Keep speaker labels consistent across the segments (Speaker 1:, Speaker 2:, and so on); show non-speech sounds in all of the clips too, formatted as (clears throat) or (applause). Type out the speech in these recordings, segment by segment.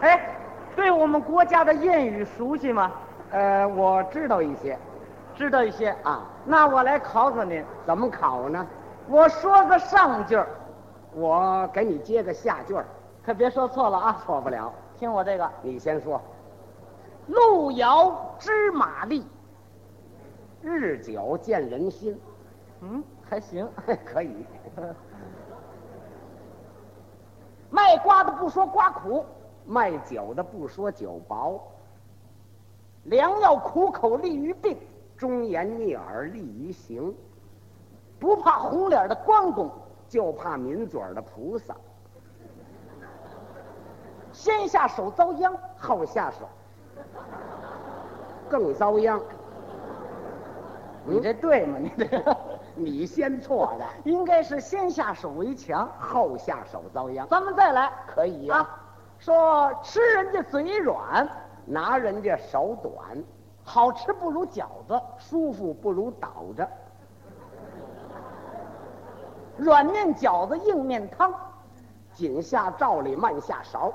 Speaker 1: 哎，对我们国家的谚语熟悉吗？
Speaker 2: 呃，我知道一些，
Speaker 1: 知道一些
Speaker 2: 啊。
Speaker 1: 那我来考考您，
Speaker 2: 怎么考呢？
Speaker 1: 我说个上句儿，
Speaker 2: 我给你接个下句儿，
Speaker 1: 可别说错了啊！
Speaker 2: 错不了。
Speaker 1: 听我这个，
Speaker 2: 你先说，
Speaker 1: 路遥知马力。
Speaker 2: 日久见人心，
Speaker 1: 嗯，还行。
Speaker 2: (laughs) 可以。
Speaker 1: 卖瓜的不说瓜苦，
Speaker 2: 卖酒的不说酒薄，
Speaker 1: 良药苦口利于病，
Speaker 2: 忠言逆耳利于行，
Speaker 1: 不怕红脸的关公，
Speaker 2: 就怕抿嘴儿的菩萨。
Speaker 1: 先下手遭殃。
Speaker 2: 后下手，更遭殃。嗯
Speaker 1: 你这对吗？你这个
Speaker 2: (laughs) 你先错的，
Speaker 1: 应该是先下手为强。
Speaker 2: 后下手遭殃，
Speaker 1: 咱们再来
Speaker 2: 可以呀、
Speaker 1: 啊，说吃人家嘴软，
Speaker 2: 拿人家手短，
Speaker 1: 好吃不如饺子，
Speaker 2: 舒服不如倒着，
Speaker 1: 软面饺子硬面汤，
Speaker 2: 紧下罩里慢下勺，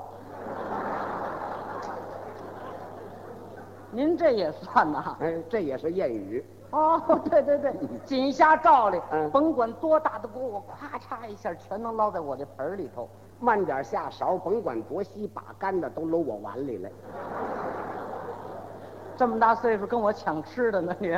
Speaker 1: 您这也算呐？
Speaker 2: 嗯，这也是谚语。
Speaker 1: 哦， (laughs) 对对对，锦虾罩里，
Speaker 2: 嗯
Speaker 1: 甭管多大的锅，我咔嚓一下全能捞在我这盆儿里头。
Speaker 2: 慢点下勺，甭管多稀，把干的都搂我碗里来。
Speaker 1: 这么大岁数跟我抢吃的呢，您。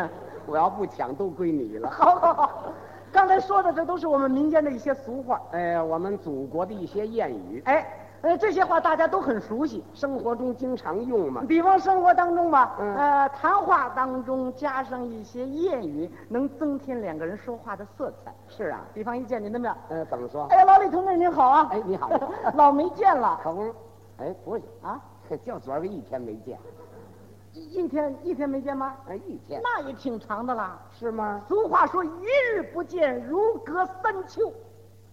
Speaker 2: 我要不抢，都归你
Speaker 1: (laughs)
Speaker 2: 了。
Speaker 1: 好好好，刚才说的这都是我们民间的一些俗话。
Speaker 2: 哎，我们祖国的一些谚语，
Speaker 1: 哎，呃，这些话大家都很熟悉。
Speaker 2: 生活中经常用嘛。
Speaker 1: 比方生活当中吧，
Speaker 2: 嗯
Speaker 1: 呃，谈话当中加上一些谚语，能增添两个人说话的色彩。
Speaker 2: 是啊，
Speaker 1: 比方一见您的面，
Speaker 2: 呃，怎么说？
Speaker 1: 哎呀，老李同志您好啊！
Speaker 2: 哎你好
Speaker 1: (laughs) 老没见了
Speaker 2: 可不是，哎，不是，
Speaker 1: 啊，
Speaker 2: 就昨儿个一天没见，
Speaker 1: 一一天一天没见吗？
Speaker 2: 哎，一天
Speaker 1: 那也挺长的啦。
Speaker 2: 是吗？
Speaker 1: 俗话说，一日不见如隔三秋。 (laughs)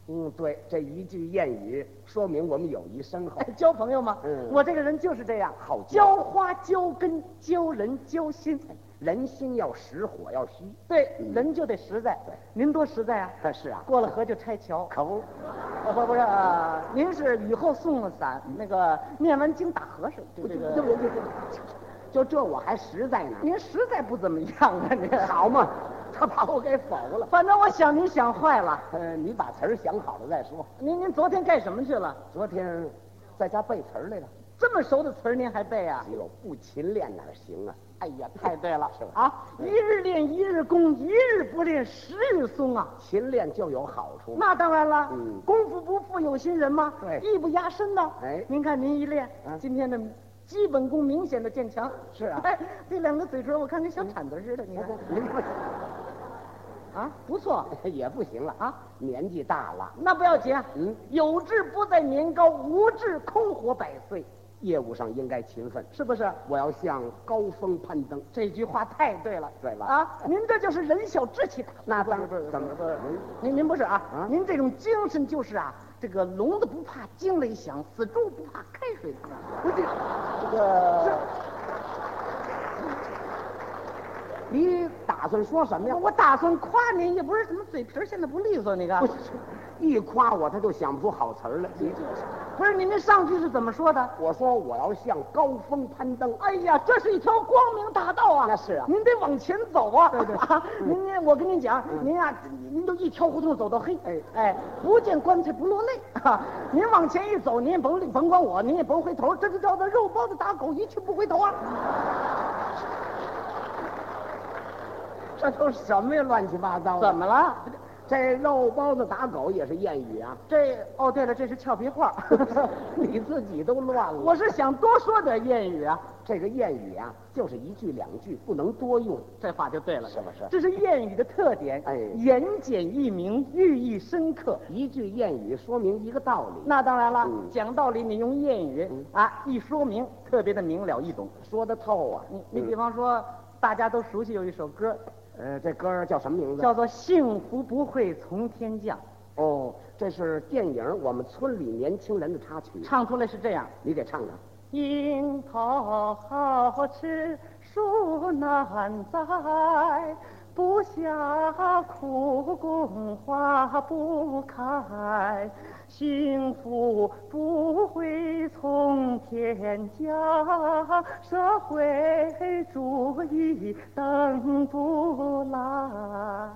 Speaker 2: 嗯，对，这一句谚语说明我们友谊深厚
Speaker 1: 哎，交朋友嘛，
Speaker 2: 嗯
Speaker 1: 我这个人就是这样，
Speaker 2: 好交
Speaker 1: 交花、交根、交人、交心。
Speaker 2: 人心要实，火要虚。 (laughs)
Speaker 1: 对，
Speaker 2: 嗯
Speaker 1: 人就得实在。
Speaker 2: 对
Speaker 1: 您多实在啊！
Speaker 2: 啊是啊，
Speaker 1: 过了河就拆
Speaker 2: (laughs)
Speaker 1: 桥。
Speaker 2: 可不是，
Speaker 1: 呃，不不是，呃您是雨后送了伞，那个念完经打瞌睡，就这
Speaker 2: 不
Speaker 1: 个。
Speaker 2: 就就就就这我还实在呢， (laughs)
Speaker 1: 您实在不怎么样啊，您。
Speaker 2: 好嘛，他把我给否了。
Speaker 1: 反正我想您想坏了。
Speaker 2: 呃，你把词儿想好了再说。
Speaker 1: 您您昨天干什么去了？
Speaker 2: 昨天在家背词儿来了，
Speaker 1: 这么熟的词儿您还背啊
Speaker 2: 哎？呦，不勤练哪儿行啊？
Speaker 1: 哎呀，太对了，
Speaker 2: 是吧
Speaker 1: 啊，一日练一日功，一日不练十日松啊。
Speaker 2: 勤练就有好处。 (laughs)
Speaker 1: 那当然了，
Speaker 2: 嗯
Speaker 1: 功夫不负有心人嘛，
Speaker 2: 对
Speaker 1: 艺不压身呢。
Speaker 2: 哎
Speaker 1: 您看您一练，
Speaker 2: 啊
Speaker 1: 今天的基本功明显的渐强。
Speaker 2: 是啊
Speaker 1: (laughs)
Speaker 2: 哦
Speaker 1: 哎，这两个嘴唇我看跟小铲子似的，你看
Speaker 2: 您不哦
Speaker 1: 啊，不错。
Speaker 2: (laughs) 也不行了
Speaker 1: 啊，
Speaker 2: 年纪大了，
Speaker 1: 那不要紧啊，
Speaker 2: 嗯，
Speaker 1: 有志不在年高，无志空活百岁，
Speaker 2: 业务上应该勤奋。
Speaker 1: 是不是？
Speaker 2: 我要向高峰攀登。
Speaker 1: 这句话太对了，
Speaker 2: 对吧
Speaker 1: 啊，您这就是人小志气大。
Speaker 2: 那
Speaker 1: 不是
Speaker 2: 当
Speaker 1: 不是
Speaker 2: 怎么嗯
Speaker 1: 不是，您您不是啊
Speaker 2: 啊
Speaker 1: 您这种精神就是啊，这个聋子不怕惊雷响，死猪不怕开水烫。
Speaker 2: 不是这个，你打算说什么呀？
Speaker 1: 哎我打算夸您，也不是怎么嘴皮儿现在不利索，你看
Speaker 2: 不，是，一夸我他就想不出好词儿来。你
Speaker 1: 不是您这上句是怎么说的？
Speaker 2: 我说我要向高峰攀登，
Speaker 1: 哎呀，这是一条光明大道啊！
Speaker 2: 那是啊
Speaker 1: 您得往前走啊！
Speaker 2: 对对嗯
Speaker 1: 啊，您您，我跟您讲，您啊，您都一条胡同走到黑，哎哎，不见棺材不落泪啊！您往前一走，您也甭理甭管我，您也甭回头，这就叫做肉包子打狗，一去不回头啊！
Speaker 2: 这都什么呀？乱七八糟的！
Speaker 1: 怎么了？
Speaker 2: 这肉包子打狗也是谚语 (laughs) 啊？
Speaker 1: 这哦，对了，这是俏皮
Speaker 2: (laughs)
Speaker 1: 话。
Speaker 2: 你自己都乱了。
Speaker 1: 我是想多说点谚语啊，
Speaker 2: 这个谚语啊，就是一句两句，不能多用，
Speaker 1: 这话就对了。
Speaker 2: 是不是？
Speaker 1: 这是谚语的特点，
Speaker 2: 哎
Speaker 1: 言简意明，寓意深刻。
Speaker 2: 一句谚语说明一个道理，
Speaker 1: 那当然了，
Speaker 2: 嗯
Speaker 1: 讲道理你用谚语、啊一说明，特别的明了易懂。
Speaker 2: 说得透啊。
Speaker 1: 你你比方说，大家都熟悉有一首歌，
Speaker 2: 呃，这歌儿叫什么名字？
Speaker 1: 叫做《幸福不会从天降
Speaker 2: 哦，这是电影《我们村里年轻人》的插曲》，，
Speaker 1: 唱出来是这样：
Speaker 2: 你得唱唱。
Speaker 1: 樱桃好吃树难栽，不下苦功花不开，幸福不会从
Speaker 3: 天家社会主义等不来。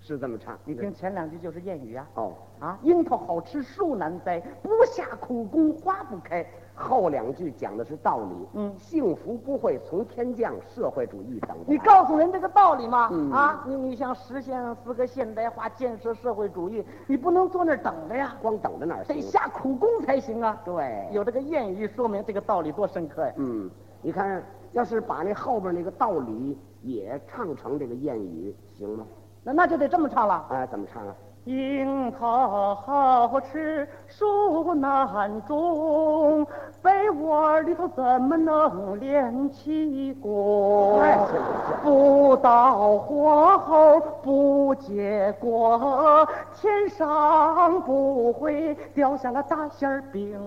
Speaker 2: 是这么唱。
Speaker 3: 你听前两句就是谚语啊。
Speaker 2: 哦，
Speaker 3: 啊，樱桃好吃树难栽，不下苦功花不开。
Speaker 2: 后两句讲的是道理。
Speaker 3: 嗯
Speaker 2: 幸福不会从天降，社会主义等着
Speaker 1: 你
Speaker 2: 来
Speaker 1: 告诉人这个道理吗？
Speaker 2: 嗯
Speaker 1: 啊，你你想实现四个现代化，建设社会主义，你不能坐那儿等着呀，
Speaker 2: 光等着哪儿行
Speaker 1: 得？下苦功才行啊。
Speaker 2: 对，
Speaker 1: 有这个谚语说明这个道理多深刻呀。
Speaker 2: 嗯，你看，要是把那后边那个道理也唱成这个谚语，行吗？
Speaker 1: 那那就得这么唱了。
Speaker 2: 啊，怎么唱啊？
Speaker 3: 樱桃好吃树难种，被窝里头怎么能练气功？
Speaker 2: 哎行行
Speaker 3: 不到火候不结果，天上不会掉下了大馅儿饼。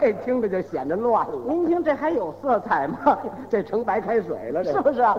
Speaker 2: 这听着就显得乱了，
Speaker 1: 您听，这还有色彩吗？
Speaker 2: 哦这成白开水了，
Speaker 1: (laughs)
Speaker 2: 这
Speaker 1: 是不是啊？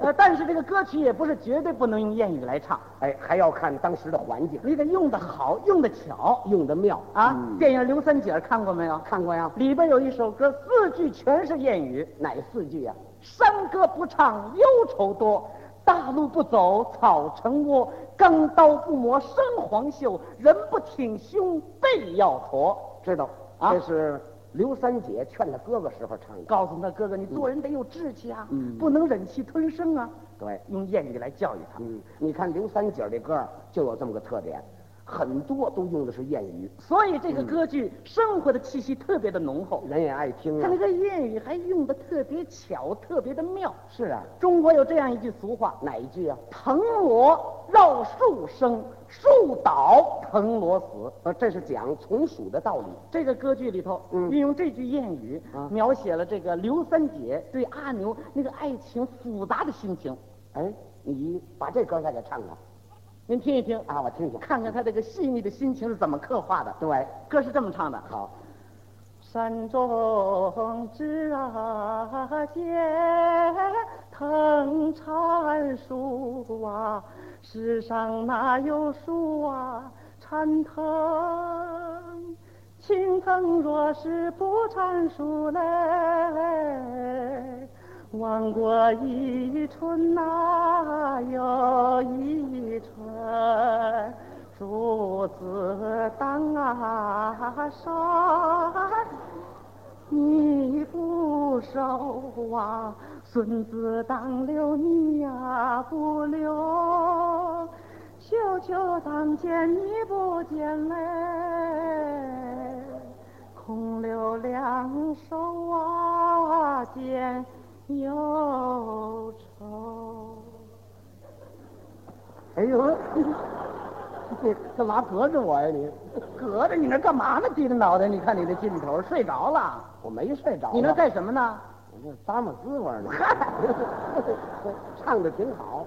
Speaker 1: 呃，但是这个歌曲也不是绝对不能用谚语来唱，
Speaker 2: 哎，还要看当时的环境，
Speaker 1: 你得用得好，用得巧
Speaker 2: 用的妙
Speaker 1: 啊。
Speaker 2: 嗯
Speaker 1: 电影《刘三姐》看过没有？
Speaker 2: 看过呀？
Speaker 1: 里边有一首歌，四句全是谚语：
Speaker 2: 哪四句呀、啊
Speaker 1: 山歌不唱忧愁多，大路不走草成窝，钢刀不磨生黄锈，人不挺胸背要驼。
Speaker 2: 知道
Speaker 1: 啊
Speaker 2: 这是刘三姐劝她哥哥时候唱的。
Speaker 1: 告诉他哥哥，你做人得有志气啊，
Speaker 2: 嗯
Speaker 1: 不能忍气吞声啊。
Speaker 2: 对，
Speaker 1: 用谚语来教育他。
Speaker 2: 嗯，你看刘三姐这歌儿就有这么个特点，很多都用的是谚语，
Speaker 1: 所以这个
Speaker 2: 嗯
Speaker 1: 歌剧生活的气息特别的浓厚，
Speaker 2: 人也爱听
Speaker 1: 它
Speaker 2: 啊
Speaker 1: 那。个谚语还用的特别巧，特别的妙。
Speaker 2: 是啊，
Speaker 1: 中国有这样一句俗话
Speaker 2: 哪一句啊？：“
Speaker 1: 藤萝绕树生，树倒藤萝死。
Speaker 2: 呃，这是讲从属的道理。”
Speaker 1: 这个歌剧里头，
Speaker 2: 嗯
Speaker 1: 运用这句谚语，
Speaker 2: 啊
Speaker 1: 描写了这个刘三姐对阿牛那个爱情复杂的心情。
Speaker 2: 哎，你把这歌再给唱唱
Speaker 1: 您听一听，
Speaker 2: 啊，我听听。
Speaker 1: 看看他这个细腻的心情是怎么刻画的。
Speaker 2: 对，
Speaker 1: 歌是这么唱的：
Speaker 2: 好，
Speaker 3: 山中枝啊间，藤缠树啊，世上哪有树啊缠藤？青藤若是不缠树嘞，亡国一春呐、又一春。竹子当啊山，你不收啊，孙子当留你呀、不留，舅舅当见你不见嘞，空留两手啊，见忧愁。
Speaker 2: 哎呦， (laughs) 你干嘛隔着我呀你？
Speaker 1: 隔着你那干嘛呢？低着脑袋，你看你这劲头，睡着了。
Speaker 2: 我没睡着呢。
Speaker 1: 你那干什么呢？
Speaker 2: 我这咂摸滋味呢， (laughs) 唱的挺好。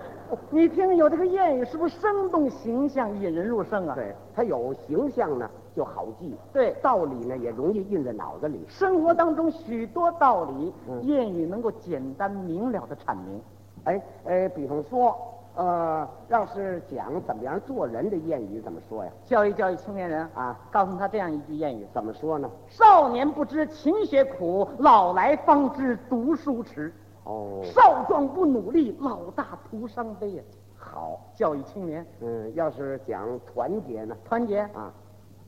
Speaker 1: 你听有这个谚语，是不是生动形象，引人入胜啊？
Speaker 2: 对，它有形象呢，就好记；
Speaker 1: 对
Speaker 2: 道理呢，也容易印在脑子里。
Speaker 1: 生活当中许多道理，
Speaker 2: 嗯
Speaker 1: 谚语能够简单明了的阐明。
Speaker 2: 哎，呃，比方说，呃，要是讲怎么样做人的谚语，怎么说呀？
Speaker 1: 教育教育青年人
Speaker 2: 啊，
Speaker 1: 告诉他这样一句谚语：
Speaker 2: 怎么说呢？
Speaker 1: 少年不知勤学苦，老来方知读书迟。
Speaker 2: 哦，
Speaker 1: 少壮不努力，老大徒伤悲呀。
Speaker 2: 好，
Speaker 1: 教育青年，
Speaker 2: 嗯，要是讲团结呢，
Speaker 1: 团结，
Speaker 2: 啊，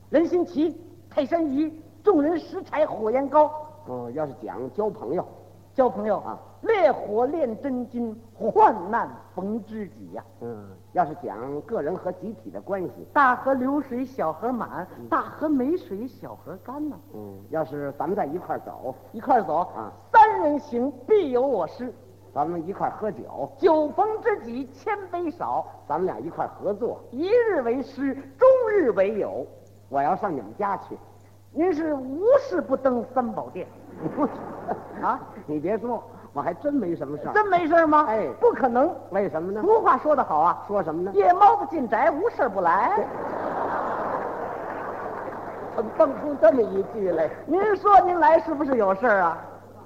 Speaker 1: 人心齐，泰山移，众人拾柴火焰高。
Speaker 2: 哦，要是讲交朋友，
Speaker 1: 交朋友
Speaker 2: 啊，
Speaker 1: 烈火炼真金，患难逢知己啊呀、
Speaker 2: 嗯，要是讲个人和集体的关系，
Speaker 1: 大河流水小河满，大河没水小河干呐、
Speaker 2: 嗯，要是咱们在一块儿走，
Speaker 1: 一块儿走
Speaker 2: 啊！
Speaker 1: 三人行，必有我师。
Speaker 2: 咱们一块儿喝酒，
Speaker 1: 酒逢知己千杯少，
Speaker 2: 咱们俩一块儿合作，
Speaker 1: 一日为师，终日为友。
Speaker 2: 我要上你们家去。 (laughs)
Speaker 1: 您是无事不登三宝殿，啊，
Speaker 2: 你别说，我还真没什么事儿。
Speaker 1: 真没事儿吗？
Speaker 2: 啊哎
Speaker 1: 不可能。
Speaker 2: 为什么呢？
Speaker 1: 俗话说得好啊，
Speaker 2: 说什么呢？
Speaker 1: 夜猫子进宅，无事儿不来。
Speaker 2: 怎么蹦出这么一句来？
Speaker 1: 您说您来是不是有事儿啊？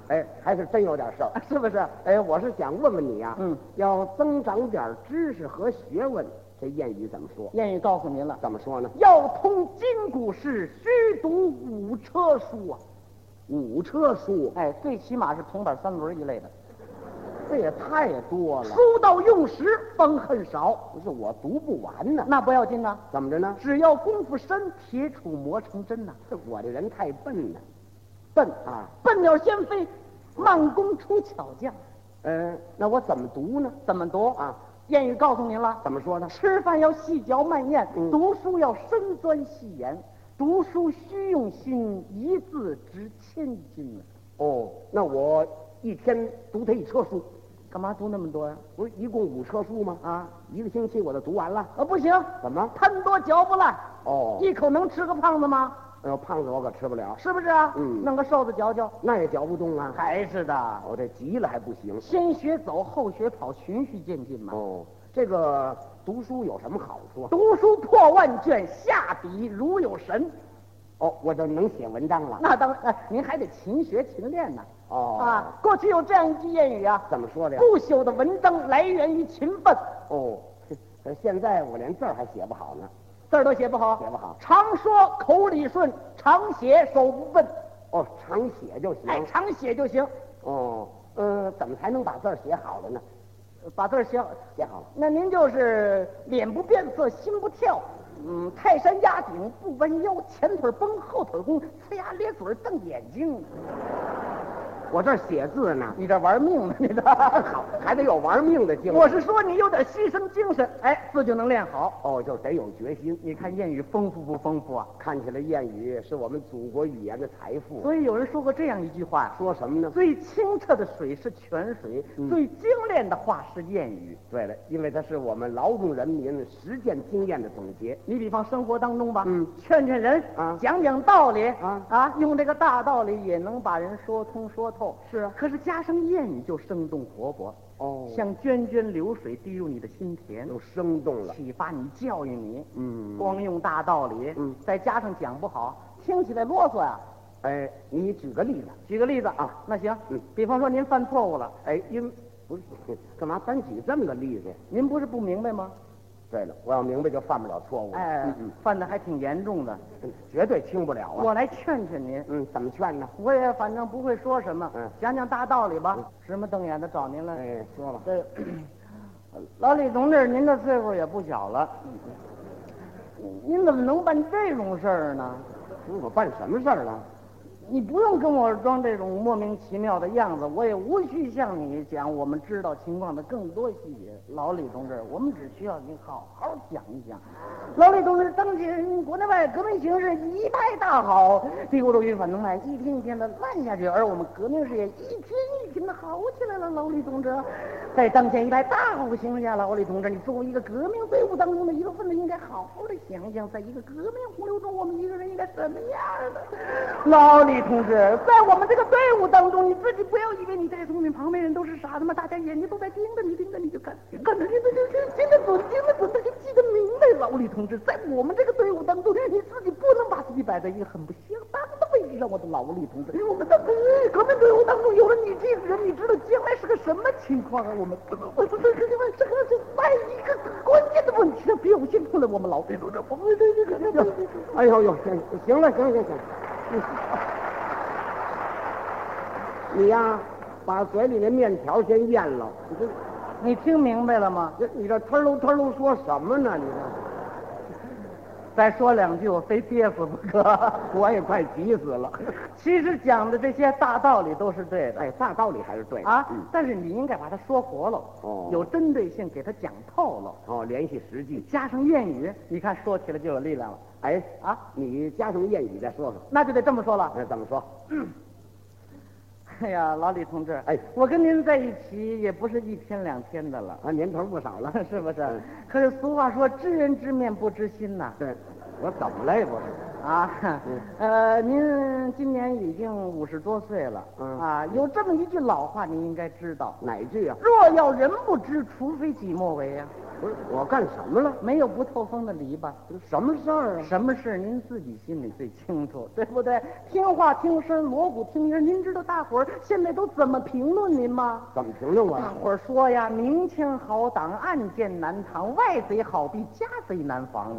Speaker 2: 哎，还是真有点事儿。
Speaker 1: 是不是？
Speaker 2: 哎，我是想问问你啊，
Speaker 1: 嗯，
Speaker 2: 要增长点知识和学问，这谚语怎么说？
Speaker 1: 谚语告诉您了，
Speaker 2: 怎么说呢？
Speaker 1: 要通筋骨事，须读五车书啊。
Speaker 2: 五车书，
Speaker 1: 哎，最起码是铜板三轮一类的。
Speaker 2: 这也太多了。
Speaker 1: 书到用时方恨少，
Speaker 2: 不是我读不完呢，
Speaker 1: 那不要紧呐，
Speaker 2: 怎么着呢？
Speaker 1: 只要功夫深，铁杵磨成针呐、
Speaker 2: 这我这人太笨了，
Speaker 1: 笨
Speaker 2: 啊！
Speaker 1: 笨鸟先飞，慢工出巧匠。
Speaker 2: 呃，那我怎么读呢？
Speaker 1: 怎么读啊？谚语告诉您了，
Speaker 2: 怎么说呢？
Speaker 1: 吃饭要细嚼慢咽，
Speaker 2: 嗯
Speaker 1: 读书要深钻细研，读书须用心，一字值千金呢。啊
Speaker 2: 哦，那我一天读他一车书，
Speaker 1: 干嘛读那么多呀、
Speaker 2: 不是一共五车书吗？
Speaker 1: 啊？啊，
Speaker 2: 一个星期我就读完了。
Speaker 1: 不行，
Speaker 2: 怎么？
Speaker 1: 贪多嚼不烂，
Speaker 2: 哦，
Speaker 1: 一口能吃个胖子吗？
Speaker 2: 哎呦，胖子我可吃不了，
Speaker 1: 是不是啊？
Speaker 2: 嗯
Speaker 1: 弄个瘦子嚼嚼。
Speaker 2: 那也嚼不动啊。
Speaker 1: 还是的，
Speaker 2: 我、这急了还不行。
Speaker 1: 先学走，后学跑，循序渐进嘛。
Speaker 2: 哦，这个读书有什么好处啊？
Speaker 1: 读书破万卷，下笔如有神。
Speaker 2: 哦，我就能写文章了。
Speaker 1: 那当然，哎您还得勤学勤练呢。
Speaker 2: 哦，
Speaker 1: 啊，过去有这样一句谚语啊，
Speaker 2: 怎么说的呀？
Speaker 1: 不朽的文章来源于勤奋，
Speaker 2: 哦，可是现在我连字儿还写不好呢。
Speaker 1: 字儿都写不好，
Speaker 2: 写不好
Speaker 1: 常说口里顺，常写手不笨，
Speaker 2: 哦，常写就行。
Speaker 1: 哎，常写就行，
Speaker 2: 哦，呃，怎么才能把字儿写好了呢？
Speaker 1: 把字儿写好。
Speaker 2: 写好了。
Speaker 1: 那您就是脸不变色，心不跳，嗯，泰山压顶不弯腰，前腿绷后腿弓，呲牙咧嘴瞪眼睛，
Speaker 2: 我这儿写字呢，
Speaker 1: 你这玩命呢，你这。
Speaker 2: 好，还得有玩命的
Speaker 1: (laughs)
Speaker 2: 精
Speaker 1: 我
Speaker 2: 神。
Speaker 1: 是说你有点牺牲精神，哎，字就能练好。
Speaker 2: 哦，就得有决心。
Speaker 1: 你看谚语丰富不丰富啊？
Speaker 2: 看起来谚语是我们祖国语言的财富。
Speaker 1: 所以有人说过这样一句话呀
Speaker 2: 说什么呢？
Speaker 1: 最清澈的水是泉水，
Speaker 2: 嗯
Speaker 1: 最精炼的话是谚语。
Speaker 2: 对了，因为它是我们劳动人民实践经验的总结。
Speaker 1: 你比方生活当中吧，
Speaker 2: 嗯
Speaker 1: 劝劝人
Speaker 2: 啊
Speaker 1: 讲讲道理
Speaker 2: 啊
Speaker 1: 用这个大道理也能把人说通说透。
Speaker 2: 是啊
Speaker 1: 可是加上谚语就生动活泼，
Speaker 2: 哦像
Speaker 1: 像涓涓流水滴入你的心田，
Speaker 2: 都生动了。
Speaker 1: 启发你、教育你。
Speaker 2: 嗯
Speaker 1: 光用大道理，
Speaker 2: 嗯
Speaker 1: 再加上讲不好，听起来啰嗦呀、
Speaker 2: 哎，你举个例子。
Speaker 1: 举个例子啊，那行，
Speaker 2: 嗯
Speaker 1: 比方说您犯错误了，
Speaker 2: 哎，因不是干嘛单举这么个例子？
Speaker 1: 您不是不明白吗？
Speaker 2: 对了，我要明白就犯不了错误了。
Speaker 1: 哎
Speaker 2: 嗯，
Speaker 1: 犯的还挺严重的。
Speaker 2: 嗯绝对轻不了啊。
Speaker 1: 我来劝劝您，
Speaker 2: 嗯，怎么劝呢？
Speaker 1: 我也反正不会说什么，
Speaker 2: 嗯
Speaker 1: 讲讲大道理吧。直目瞪眼的找您来，
Speaker 2: 哎，说吧。
Speaker 1: 对， (clears throat) 老李同志，您这岁数也不小了，
Speaker 2: 嗯
Speaker 1: 您怎么能办这种事儿呢？
Speaker 2: 不是我办什么事儿了？
Speaker 1: 你不用跟我装这种莫名其妙的样子，我也无需向你讲我们知道情况的更多细节。老李同志，我们只需要你好好讲一讲。老李同志，当前国内外革命形势一派大好，帝国主义反动派一天一天的烂下去，而我们革命事业一天一天的好起来了。老李同志，在当前一派大好形势下，老李同志，你作为一个革命队伍当中的一个分子，应该好好的想想，在一个革命洪流中，我们一个人应该什么样的？老李同志，在我们这个队伍当中，你自己不要以为你太聪明，旁边人都是傻子嘛，大家眼睛都在盯着你，盯着你就看，看着你，这这这盯着准，盯着准，这就记得明白。老李同志，在我们这个队伍当中，你自己不能把自己摆在一个很不相当的位置上，我的老李同志。我们的革命队伍当中有了你这个人，你知道将来是个什么情况啊？我们，我这这这这这这在一个关键的问题上啊表现出来，我们老李同志，我们这这这这这。
Speaker 2: 哎呦呦，行行了，行行行，你你呀、把嘴里那面条先咽了。你这
Speaker 1: 你听明白了吗？
Speaker 2: 这你这呲溜呲溜说什么呢？你这
Speaker 1: 再说两句，我非憋死不可。
Speaker 2: 我也快急死了。
Speaker 1: 其实讲的这些大道理都是对的
Speaker 2: 哎，大道理还是对的
Speaker 1: 啊，
Speaker 2: 嗯
Speaker 1: 但是你应该把它说活了，
Speaker 2: 哦
Speaker 1: 有针对性，给它讲透了，
Speaker 2: 哦，联系实际。
Speaker 1: 加上谚语，你看说起来就有力量了
Speaker 2: 哎，
Speaker 1: 啊。
Speaker 2: 你加上谚语再说说。
Speaker 1: 那就得这么说了。
Speaker 2: 那怎么说？
Speaker 1: 哎呀，老李同志，
Speaker 2: 哎
Speaker 1: 我跟您在一起也不是一天两天的了，
Speaker 2: 啊，年头不少了。
Speaker 1: 是不是？
Speaker 2: 嗯
Speaker 1: 可是俗话说，知人知面不知心呐。
Speaker 2: 对，我怎么了也不是。
Speaker 1: 啊，
Speaker 2: 嗯
Speaker 1: 呃，您今年已经五十多岁了，
Speaker 2: 嗯
Speaker 1: 啊，有这么一句老话，您应该知道，
Speaker 2: 哪句啊？
Speaker 1: 若要人不知，除非己莫为呀、啊
Speaker 2: 不是我干什么了？
Speaker 1: 没有不透风的篱笆。
Speaker 2: 什么事儿啊？
Speaker 1: 什么事您自己心里最清楚，对不对？听话听声，锣鼓听音，您知道大伙儿现在都怎么评论您吗？
Speaker 2: 怎么评论我
Speaker 1: 大
Speaker 2: 呀？
Speaker 1: 伙儿说呀，明枪好挡，暗箭难藏，外贼好避，家贼难防。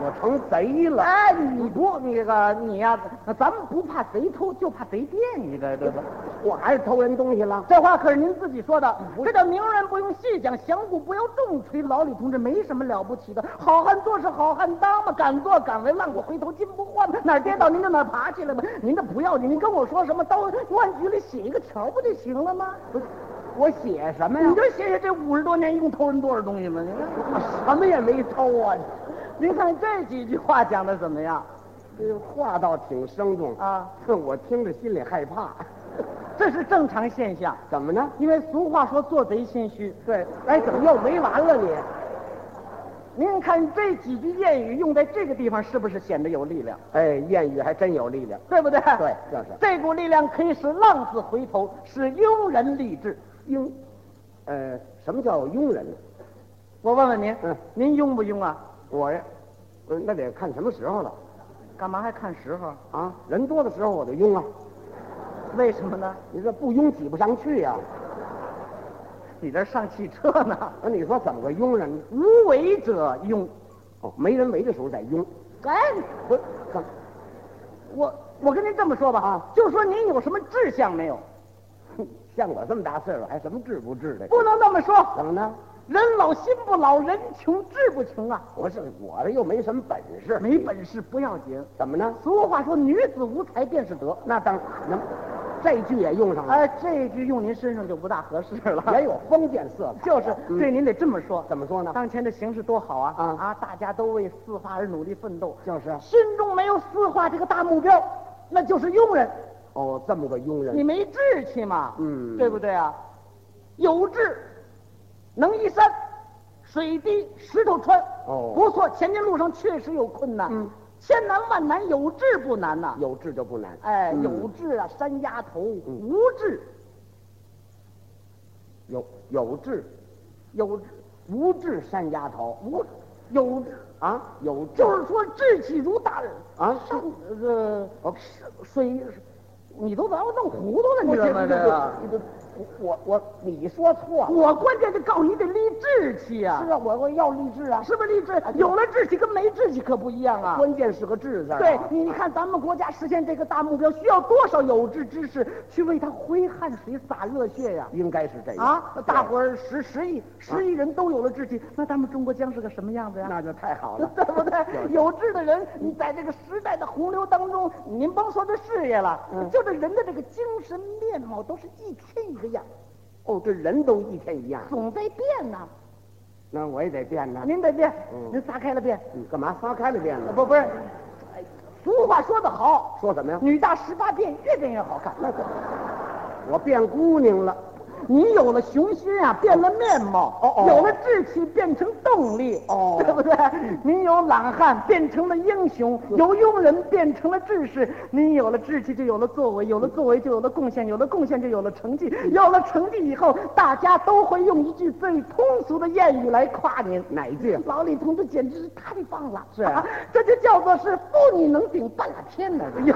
Speaker 2: 我成贼了。
Speaker 1: 哎，你不那个你呀、咱们不怕贼偷，就怕贼惦记着，对吧？
Speaker 2: 我还是偷人东西了。
Speaker 1: 这话可是您自己说的，这叫明人不用细讲，响鼓不要重锤。老李同志没什么了不起的，好汉做事好汉当嘛，敢做敢为，万古回头金不换，哪儿跌倒您就哪儿爬起来吧。您这不要紧，您跟我说什么，到万局里写一个条不就行了吗？
Speaker 2: 不是，我写什么呀
Speaker 1: 你？就写写这五十多年一共偷人多少东西吧，您看，
Speaker 2: 我什么也没偷啊！
Speaker 1: 您看这几句话讲的怎么样
Speaker 2: 这哎话倒挺生动，
Speaker 1: 啊？
Speaker 2: 哼我听着心里害怕。
Speaker 1: 这是正常现象，
Speaker 2: 怎么呢？
Speaker 1: 因为俗话说做贼心虚。
Speaker 2: 对，哎，怎么又没完了你？
Speaker 1: 您看这几句谚语用在这个地方，是不是显得有力量？
Speaker 2: 哎，谚语还真有力量。
Speaker 1: 对不对？
Speaker 2: 对就是
Speaker 1: 这股力量可以使浪子回头，使庸人立志。
Speaker 2: 庸，呃，什么叫庸人呢？
Speaker 1: 我问问您，
Speaker 2: 嗯
Speaker 1: 您庸不庸啊？
Speaker 2: 我呀，嗯，那得看什么时候了
Speaker 1: 干嘛还看时候？
Speaker 2: 啊！人多的时候我就庸啊，
Speaker 1: 为什么呢？
Speaker 2: 你这不庸挤不上去呀、
Speaker 1: 你这上汽车呢？
Speaker 2: 那你说怎么个庸人呢？
Speaker 1: 无为者庸。
Speaker 2: 哦，没人围的时候在庸，
Speaker 1: 哎，
Speaker 2: 不是怎么？
Speaker 1: 我我跟您这么说吧啊，就说您有什么志向没有？
Speaker 2: 哼像我这么大岁数，还什么治不治的？
Speaker 1: 不能这么说，
Speaker 2: 怎么呢？
Speaker 1: 人老心不老，人穷志不穷啊。
Speaker 2: 不是我这又没什么本事，
Speaker 1: 没本事不要紧，
Speaker 2: 怎么呢？哎
Speaker 1: 俗话说女子无才便是德。
Speaker 2: 那当那这句也用上了，
Speaker 1: 哎，这句用您身上就不大合适了。
Speaker 2: (laughs) 也有封建色彩。
Speaker 1: 哎就是
Speaker 2: 嗯
Speaker 1: 对您得这么说。
Speaker 2: 怎么说呢？
Speaker 1: 当前的形势多好啊！
Speaker 2: 啊
Speaker 1: 大家都为四化而努力奋斗，
Speaker 2: 就是
Speaker 1: 心中没有四化这个大目标，那就是庸人。
Speaker 2: 哦，这么个庸人。
Speaker 1: 你没志气嘛，
Speaker 2: 嗯
Speaker 1: 对不对啊？有志，能移山，水滴石头穿。
Speaker 2: 哦
Speaker 1: 不错，前进路上确实有困难，
Speaker 2: 嗯，
Speaker 1: 千难万难，有志不难呐、
Speaker 2: 有志就不难。
Speaker 1: 哎，
Speaker 2: 嗯
Speaker 1: 有志啊，山丫头；
Speaker 2: 嗯
Speaker 1: 无志，
Speaker 2: 有有志，
Speaker 1: 有志
Speaker 2: 无志山丫头。
Speaker 1: 无有志，
Speaker 2: 啊，有志
Speaker 1: 就是说志气如大人。
Speaker 2: 啊，
Speaker 1: 上呃
Speaker 2: 哦
Speaker 1: 水，你都把我弄糊涂了，你
Speaker 2: 不
Speaker 1: 知
Speaker 2: 是
Speaker 1: 道
Speaker 2: 不
Speaker 1: 吗？
Speaker 2: 是
Speaker 1: 这个，
Speaker 2: 不是我我我你说错了。
Speaker 1: 我关键是告诉你得立志气啊，
Speaker 2: 是啊，我我要励志啊。
Speaker 1: 是不是立志？有了志气跟没志气可不一样啊。
Speaker 2: 关键是个志字儿啊。
Speaker 1: 对，你看咱们国家实现这个大目标，需要多少有志之士去为他挥汗水、洒热血呀、
Speaker 2: 应该是这个
Speaker 1: 啊，那大伙
Speaker 2: 儿
Speaker 1: 儿十十亿十亿人都有了志气，那咱们中国将是个什么样子呀？。
Speaker 2: 那就太好了
Speaker 1: (laughs) 对不对？有志的人，你在这个时代的洪流当中，您甭说这事业了，就这人的这个精神面貌都是一天一个样，
Speaker 2: 哦，这人都一天一样，
Speaker 1: 总在变呐。
Speaker 2: 那我也得变呢。
Speaker 1: 您得变，
Speaker 2: 嗯
Speaker 1: 您撒开了变，
Speaker 2: 你干嘛撒开了变了？
Speaker 1: 不不是，哎俗话说得好，
Speaker 2: 说什么呀？
Speaker 1: 女大十八变，越变越好看。
Speaker 2: 那个，我变姑娘了。
Speaker 1: 你有了雄心啊，变了面貌；
Speaker 2: 哦哦
Speaker 1: 有了志气，变成动力；(laughs)
Speaker 2: 哦
Speaker 1: 对不对？您有懒汉，变成了英雄；
Speaker 2: 嗯
Speaker 1: 有庸人，变成了志士。您有了志气，就有了作为；有了作为，就有了贡献；有了贡献，就有了成绩。
Speaker 2: 嗯
Speaker 1: 有了成绩以后，大家都会用一句最通俗的谚语来夸您。
Speaker 2: 哪句？啊
Speaker 1: 老李同志简直是太棒了！ (laughs)
Speaker 2: 是啊
Speaker 1: 这就叫做是妇女能顶半拉天呢。哟，